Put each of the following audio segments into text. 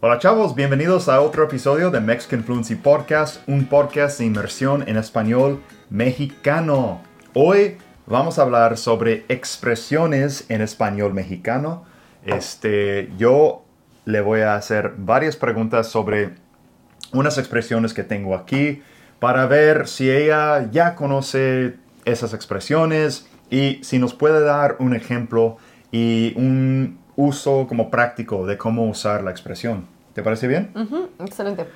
Hola chavos, bienvenidos a otro episodio de Mexican Fluency Podcast, un podcast de inmersión en español mexicano. Hoy vamos a hablar sobre expresiones en español mexicano. Este, yo le voy a hacer varias preguntas sobre unas expresiones que tengo aquí para ver si ella ya conoce esas expresiones y si nos puede dar un ejemplo y un uso como práctico de cómo usar la expresión. ¿Te parece bien? Mhm, Excelente.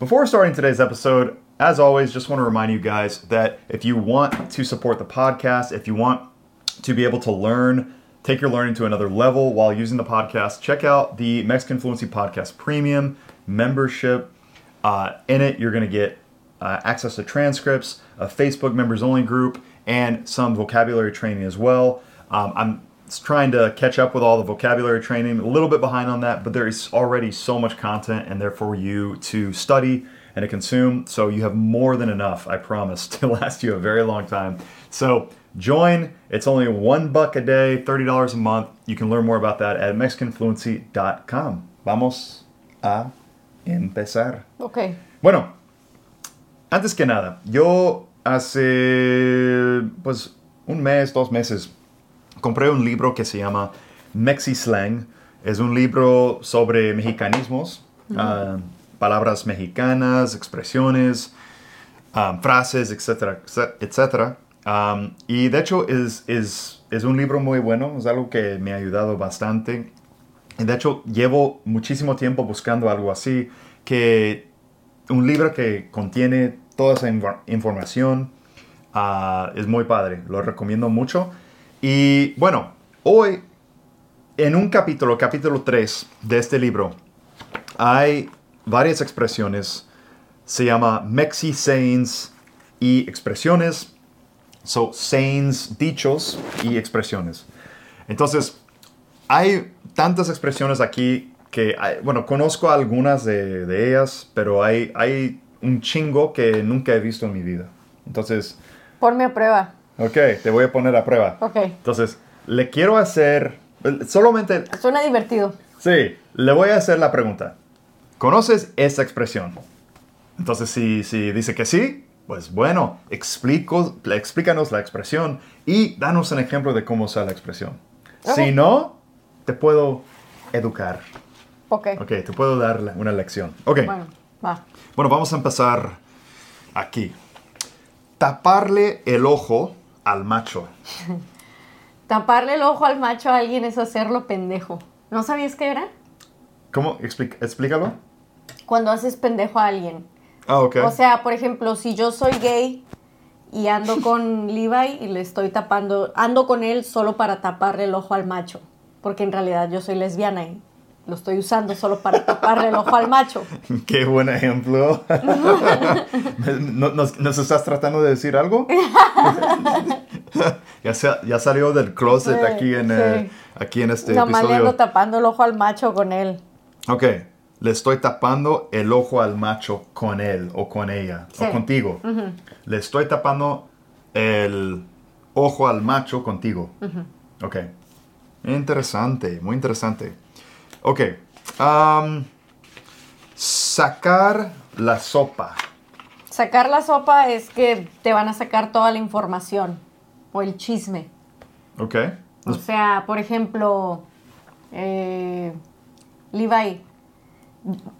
Before starting today's episode, as always, just want to remind you guys that if you want to support the podcast, if you want to be able to learn, take your learning to another level while using the podcast, check out the Mexican Fluency Podcast Premium membership. Uh, in it, you're going to get uh, access to transcripts, a Facebook members only group, and some vocabulary training as well. Um, I'm s- trying to catch up with all the vocabulary training, a little bit behind on that, but there is already so much content and there for you to study and to consume. So you have more than enough, I promise, to last you a very long time. So join. It's only one buck a day, $30 a month. You can learn more about that at MexicanFluency.com. Vamos a empezar. Ok. Bueno, antes que nada, yo hace pues un mes, dos meses, compré un libro que se llama Mexi Slang. Es un libro sobre mexicanismos, ah, palabras mexicanas, expresiones, um, frases, etcétera, etcé- etcétera. Um, y de hecho es, es, es un libro muy bueno, es algo que me ha ayudado bastante. Y de hecho llevo muchísimo tiempo buscando algo así, que un libro que contiene toda esa infor- información. ah, es muy padre, lo recomiendo mucho. Y bueno, hoy en un capítulo, capítulo 3 de este libro, hay varias expresiones. Se llama Mexi Sayings y expresiones. So, sayings, dichos y expresiones. Entonces, hay tantas expresiones aquí que, hay- bueno, conozco algunas de, de ellas, pero hay, hay un chingo que nunca he visto en mi vida. Entonces, Ponme a prueba. ok, te voy a poner a prueba. Ok. Entonces, le quiero hacer, solamente, Suena divertido. sí, le voy a hacer la pregunta. ¿Conoces esa expresión? Entonces, si, si dice que sí, pues bueno, explico, explícanos la expresión y danos un ejemplo de cómo usar la expresión. Ok. Si no, te puedo educar. Ok. Ok, te puedo dar la- una lección. Ok, Bueno, va. bueno, vamos a empezar aquí. Taparle el ojo al macho. Taparle el ojo al macho a alguien es hacerlo pendejo. ¿No sabías qué era? ¿Cómo? Expli- explícalo. Cuando haces pendejo a alguien. Ah, ok. O sea, por ejemplo, si yo soy gay y ando con Levi y le estoy tapando, ando con él solo para taparle el ojo al macho, porque en realidad yo soy lesbiana y lo estoy usando solo para taparle el ojo al macho. Qué buen ejemplo. ¿No- ¿Nos, nos estás tratando de decir algo? ya, sea- ya salió del closet Sí, aquí, en, sí. eh, aquí en este Nada más le episodio. ando tapando el ojo al macho con él. Ok, le estoy tapando el ojo al macho con él o con ella Sí. o contigo. Le estoy tapando el ojo al macho contigo. Ok, interesante, muy interesante. Ok, am, sacar la sopa. Sacar la sopa es que te van a sacar toda la información o el chisme. Ok, O Pues- sea, por ejemplo, eh, Levi,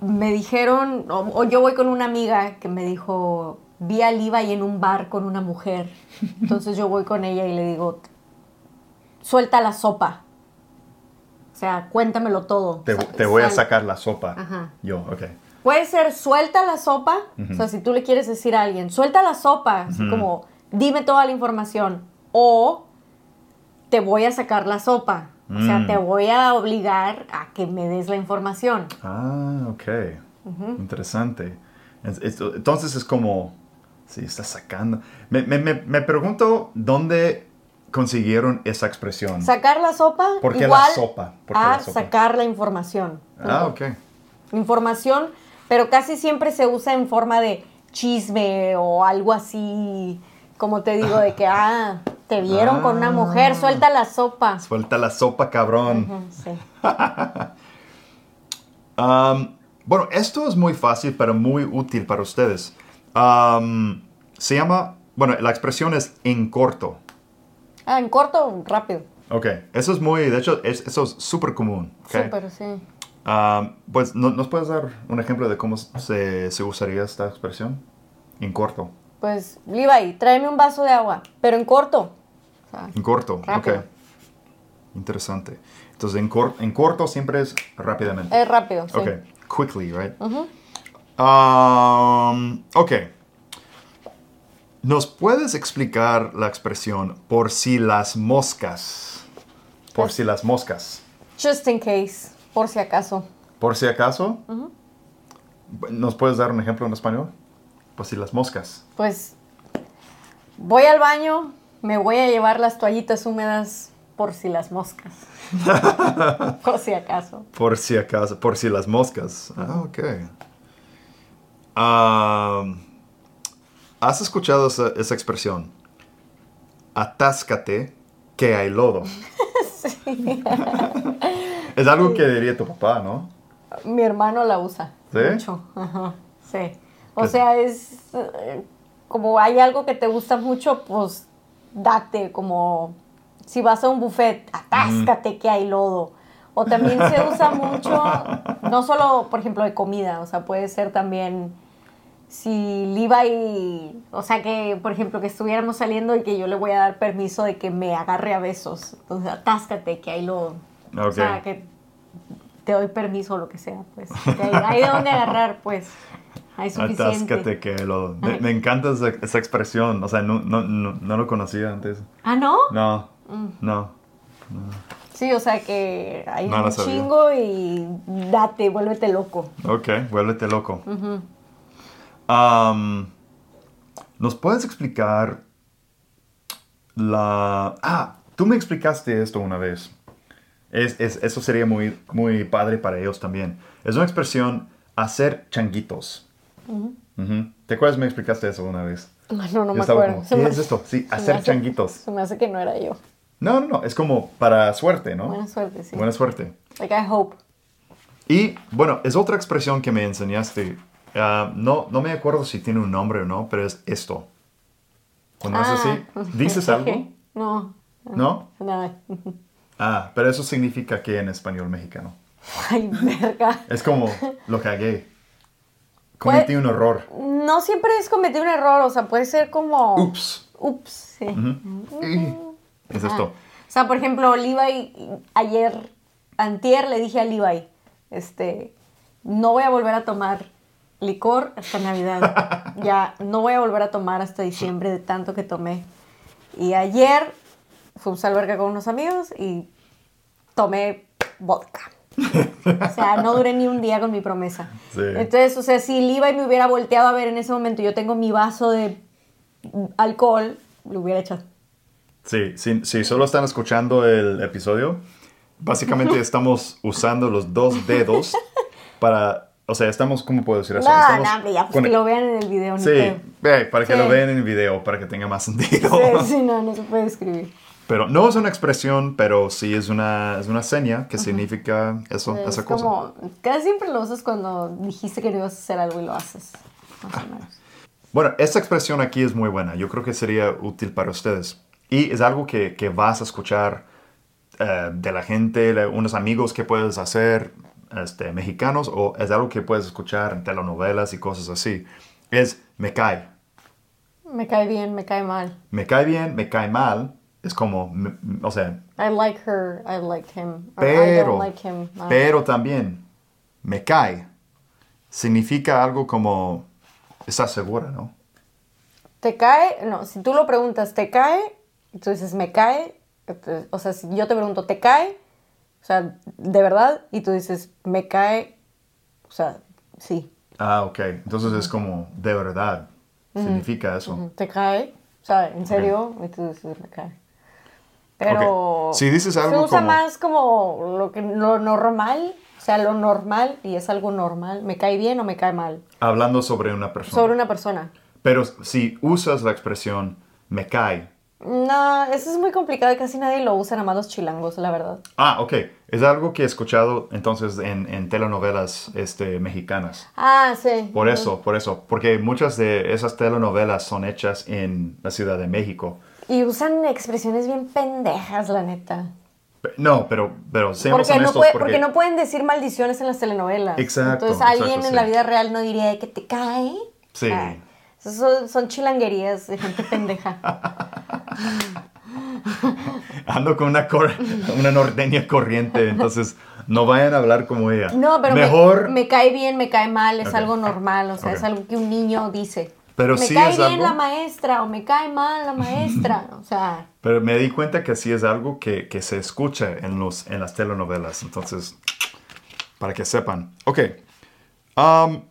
me dijeron, o, o yo voy con una amiga que me dijo, vi a Levi en un bar con una mujer. Entonces yo voy con ella y le digo, suelta la sopa. O sea, cuéntamelo todo. te, Sa- te voy a sal- sacar la sopa. Ajá. Yo, ok. Puede ser suelta la sopa, o sea, si tú le quieres decir a alguien, suelta la sopa, así como dime toda la información, o te voy a sacar la sopa, o sea, Mm. te voy a obligar a que me des la información. Ah, ok. Interesante. Es- es- entonces es como, sí, está sacando. Me, me- me- me pregunto dónde consiguieron esa expresión. Sacar la sopa ¿Por qué la igual sopa? ¿Por qué a la sopa? sacar la información. ah, ok. Información, pero casi siempre se usa en forma de chisme o algo así, como te digo, de que, ah, te vieron con una mujer, Ah. suelta la sopa. Suelta la sopa, cabrón. Ujú, sí. Um, bueno, esto es muy fácil, pero muy útil para ustedes. Um, se llama, bueno, la expresión es en corto. Ah, en corto, rápido. Ok, eso es muy, de hecho, es- eso es súper común. ok? Súper, sí. Um, pues, ¿no- ¿nos puedes dar un ejemplo de cómo se, se usaría esta expresión? En corto. Pues, Levi, tráeme un vaso de agua, pero en corto. O sea, En corto, Rápido. ok. Interesante. Entonces, en, cor- en corto siempre es rápidamente. es rápido, Eh, sí. ok, quickly, right? Um, ok. ¿Nos puedes explicar la expresión por si las moscas? Por Pues si las moscas. Just in case, por si acaso. Por si acaso. ¿Nos puedes dar un ejemplo en español? Por si las moscas. Pues, voy al baño, me voy a llevar las toallitas húmedas por si las moscas. por si acaso. Por si acaso, por si las moscas. Ah, ok. Am, ¿Has escuchado esa, esa expresión? Atáscate que hay lodo. es algo que diría tu papá, ¿no? Mi hermano la usa. ¿Sí? Mucho. Ajá, sí. O ¿Qué? sea, es eh, como hay algo que te gusta mucho, pues date, como si vas a un buffet, atáscate Mm. que hay lodo. O también se usa mucho, no solo, por ejemplo, de comida, o sea, puede ser también si Levi, o sea, que, por ejemplo, que estuviéramos saliendo y que yo le voy a dar permiso de que me agarre a besos. Entonces, atáscate que hay lodo. O sea, Ok. que te doy permiso o lo que sea, pues. Que hay, hay de dónde agarrar, pues. Hay suficiente. Atáscate que hay lodo. Me, Ay. me encanta esa, esa expresión. O sea, no, no, no, no lo conocía antes. Ah, ¿no? No, no. Sí, o sea que hay No la un sabía. chingo y date, vuélvete loco. Ok, vuélvete loco. Am, ¿Nos puedes explicar la... Ah, tú me explicaste esto una vez. Es, es- eso sería muy, muy padre para ellos también. Es una expresión hacer changuitos. Ujú. ¿Te acuerdas? Me explicaste eso una vez. No, no, Yo me estaba acuerdo. como, Se ¿qué me- es esto? Sí, se me hacer hace- changuitos. Se me hace que no era yo. No, no, no. Es como para suerte, ¿no? Buena suerte, sí. Buena suerte. Like, I hope. Y bueno, es otra expresión que me enseñaste. Ah, no, no me acuerdo si tiene un nombre o no, pero es esto. Cuando es Ah. así, ¿dices algo? No, ¿No? nada. Ah, pero eso significa que en español mexicano. Ay, verga. Es como, lo cagué. Cometí un error. No siempre es cometer un error, o sea, puede ser como... Ups. Ups, sí. Y Es esto. Ah. O sea, por ejemplo, Levi, ayer, antier le dije a Levi, este, no voy a volver a tomar licor hasta Navidad. ya, no voy a volver a tomar hasta diciembre de tanto que tomé. Y ayer fuimos al albergue con unos amigos y tomé vodka. O sea, no duré ni un día con mi promesa. Sí. Entonces, o sea, si Levi me hubiera volteado a ver en ese momento, yo tengo mi vaso de alcohol, le hubiera hecho Sí, si, si solo están escuchando el episodio, básicamente estamos usando los dos dedos para... O sea, estamos, ¿cómo puedo decir eso? No, Estamos no, hombre, ya, pues con- que lo vean en el video. ni Sí, pedo. eh, para que Sí. lo vean en el video, para que tenga más sentido. Sí, sí, no, no se puede escribir. Pero no es una expresión, pero sí es una, es una seña que significa eso, Es esa cosa. como, casi siempre lo usas cuando dijiste que no ibas a hacer algo y lo haces. Más o menos. Bueno, esta expresión aquí es muy buena. Yo creo que sería útil para ustedes. Y es algo que, que vas a escuchar eh, de la gente, de unos amigos que puedes hacer este, mexicanos, o es algo que puedes escuchar en telenovelas y cosas así. Es me cae. Me cae bien, me cae mal. Me cae bien, me cae mal. Es como, me- o sea, I like her, I like him. or I Pero, don't like him. Ah, pero también, me cae. Significa algo como, estás segura, ¿no? ¿Te cae? No, si tú lo preguntas, ¿te cae? Y tú dices, ¿me cae? Entonces, O sea, si yo te pregunto, ¿te cae? O sea, ¿de verdad? Y tú dices, ¿me cae? O sea, sí. Ah, ok. Entonces es como, de verdad. Significa eso. te cae, o sea, en serio, y tú dices, me cae. Pero Ok. Si dices algo se usa como- más como lo que lo normal, o sea, lo normal y es algo normal, me cae bien o me cae mal Hablando sobre una persona. sobre una persona. Pero si usas la expresión, me cae, No, eso es muy complicado y casi nadie lo usa, nada más los chilangos, la verdad. Ah, ok. Es algo que he escuchado entonces en, en telenovelas este, mexicanas. Ah, sí. Por eso, por eso. Porque muchas de esas telenovelas son hechas en la Ciudad de México. Y usan expresiones bien pendejas, la neta. Pe- No, pero, pero seamos Porque no, honestos puede- porque... porque no pueden decir maldiciones en las telenovelas. Exacto, Entonces alguien exacto, en la sí. vida real no diría de que te cae. Sí. Ah, esos son, son chilanguerías de gente pendeja. Ando con una, cor- una norteña corriente, entonces no vayan a hablar como ella. No, pero me- Mejor... me, cae bien, me cae mal, es Ok. algo normal, o sea, Ok. es algo que un niño dice. Pero me sí cae es bien algo- la maestra o me cae mal la maestra, o sea, Pero me di cuenta que sí es algo que, que se escucha en, los, en las telenovelas. Entonces, para que sepan. Ok. Am,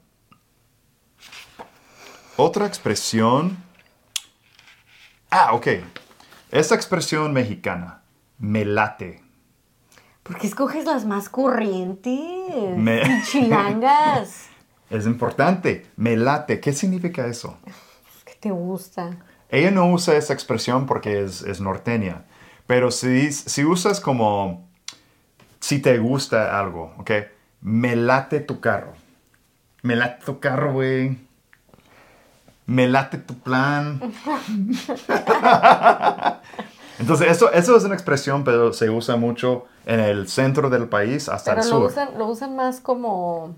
otra expresión. Ah, ok. Esta expresión mexicana. Me late. ¿por qué escoges las más corrientes? Me- Chilangas, Es importante. Me late. ¿Qué significa eso? que te gusta. Ella no usa esa expresión porque es, es norteña, pero si, si usas como, si te gusta algo, ¿ok? Me late tu carro. Me late tu carro, güey. Me late tu plan. Entonces, eso, eso es una expresión, pero se usa mucho en el centro del país hasta Pero el lo sur. usan, lo usan más como.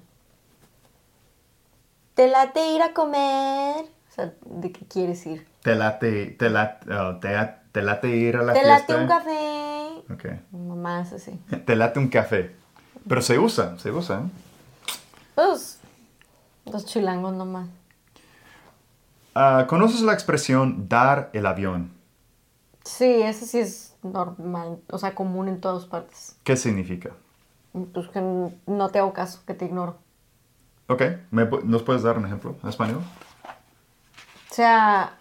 Te late ir a comer. O sea, ¿de qué quieres ir? Te late, te late, uh, te, te late ir a la Te fiesta. late un café. Ok. Mamás así. Te late un café. Pero se usa, se usa. ¿eh? Pues, los chilangos nomás. Ah, ¿Conoces la expresión dar el avión? Sí, eso sí es normal, o sea, común en todas partes. ¿Qué significa? Pues que no te hago caso, que te ignoro. Ok, ¿me pu- ¿nos puedes dar un ejemplo en español? O sea,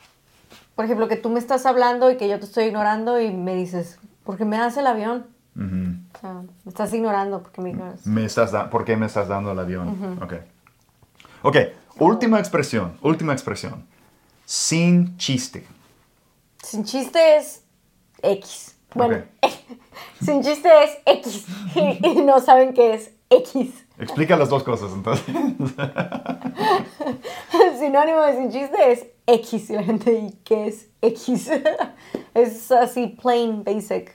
por ejemplo, que tú me estás hablando y que yo te estoy ignorando y me dices, ¿por qué me das el avión? Ujú. O sea, me estás ignorando porque me ignoras. me estás da- ¿Por qué me estás dando el avión? Ok. Ok, última expresión, última expresión. Sin chiste. Sin chiste es X. Bueno, sin chiste es X. Y, y no saben qué es X. Explica las dos cosas entonces. El sinónimo de sin chiste es X. Y la gente, ¿y qué es X? Es así, plain, basic.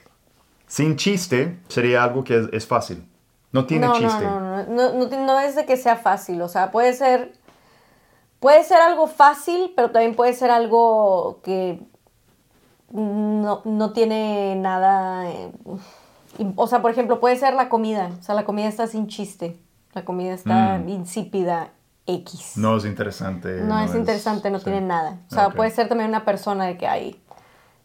Sin chiste sería algo que es, es fácil. No tiene No, no, chiste. no, no, no, no, ti- no es de que sea fácil. O sea, puede ser. Puede ser algo fácil, pero también puede ser algo que no, no tiene nada. eh, im- O sea, por ejemplo, puede ser la comida. O sea, la comida está sin chiste. La comida está insípida X. Mm. No es interesante. No es interesante, no sí. tiene nada. O sea, Ok. puede ser también una persona de que hay.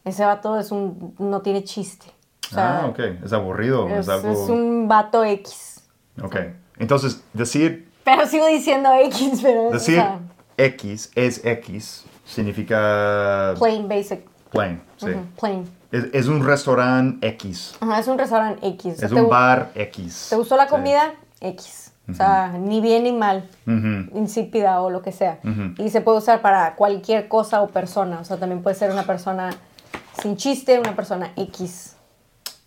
Ese vato es un. no tiene chiste. O sea, ah, ok. Es aburrido. Es, es, algo... es un vato X. Ok. Entonces, decir Pero sigo diciendo X, pero. o Decir sea, X es X significa plain, basic. plain. sí. Ujú, plain. es, es un restaurante X. Ajá, es un restaurante X. O sea, Es te, un gu- bar X. ¿Te gustó la sí. comida? X. O sea, ni bien ni mal. Ujú. Insípida o lo que sea. Ujú. Y se puede usar para cualquier cosa o persona. O sea, también puede ser una persona sin chiste, una persona X.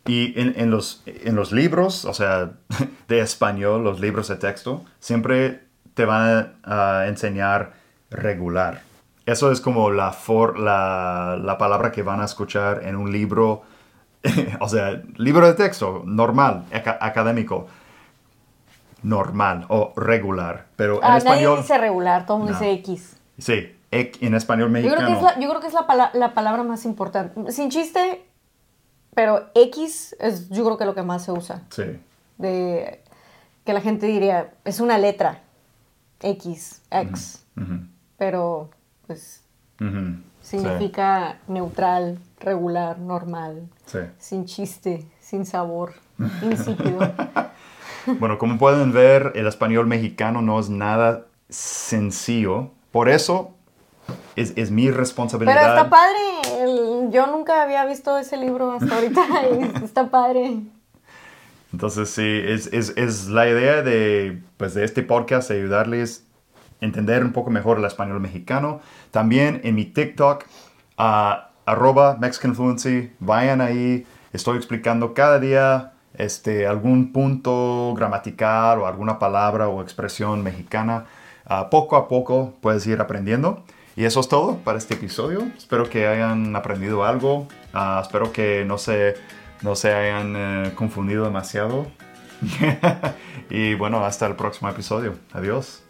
Y en, en los, en los libros, o sea, de español, los libros de texto, siempre te van a enseñar regular. Eso es como la, for- la, la palabra que van a escuchar en un libro, o sea, libro de texto, normal, aca- académico. Normal o regular, pero en Ah, español... Nadie dice regular, todo el mundo No. dice X. Sí, ec- en español Yo mexicano. creo que es, la, yo creo que es la, pala- la palabra más importante. Sin chiste, pero X es yo creo que lo que más se usa. Sí. de que la gente diría, es una letra, X, X, Ujú, pero pues ujú, sí, significa neutral, regular, normal, sí. sin chiste, sin sabor, insípido. Bueno, como pueden ver, el español mexicano no es nada sencillo. Por eso es, es mi Pero responsabilidad. está padre, el- yo nunca había visto ese libro hasta ahorita, y está padre. Entonces, sí, es, es- es la idea de, pues, de este podcast, ayudarles a entender un poco mejor el español mexicano. También en mi TikTok ah, arroba MexicanFluency, vayan ahí, estoy explicando cada día este, algún punto gramatical o alguna palabra o expresión mexicana. Ah, poco a poco puedes ir aprendiendo. Y eso es todo para este episodio. Espero que hayan aprendido algo. Ah, espero que no se, no se hayan eh, confundido demasiado. y bueno, hasta el próximo episodio. Adiós.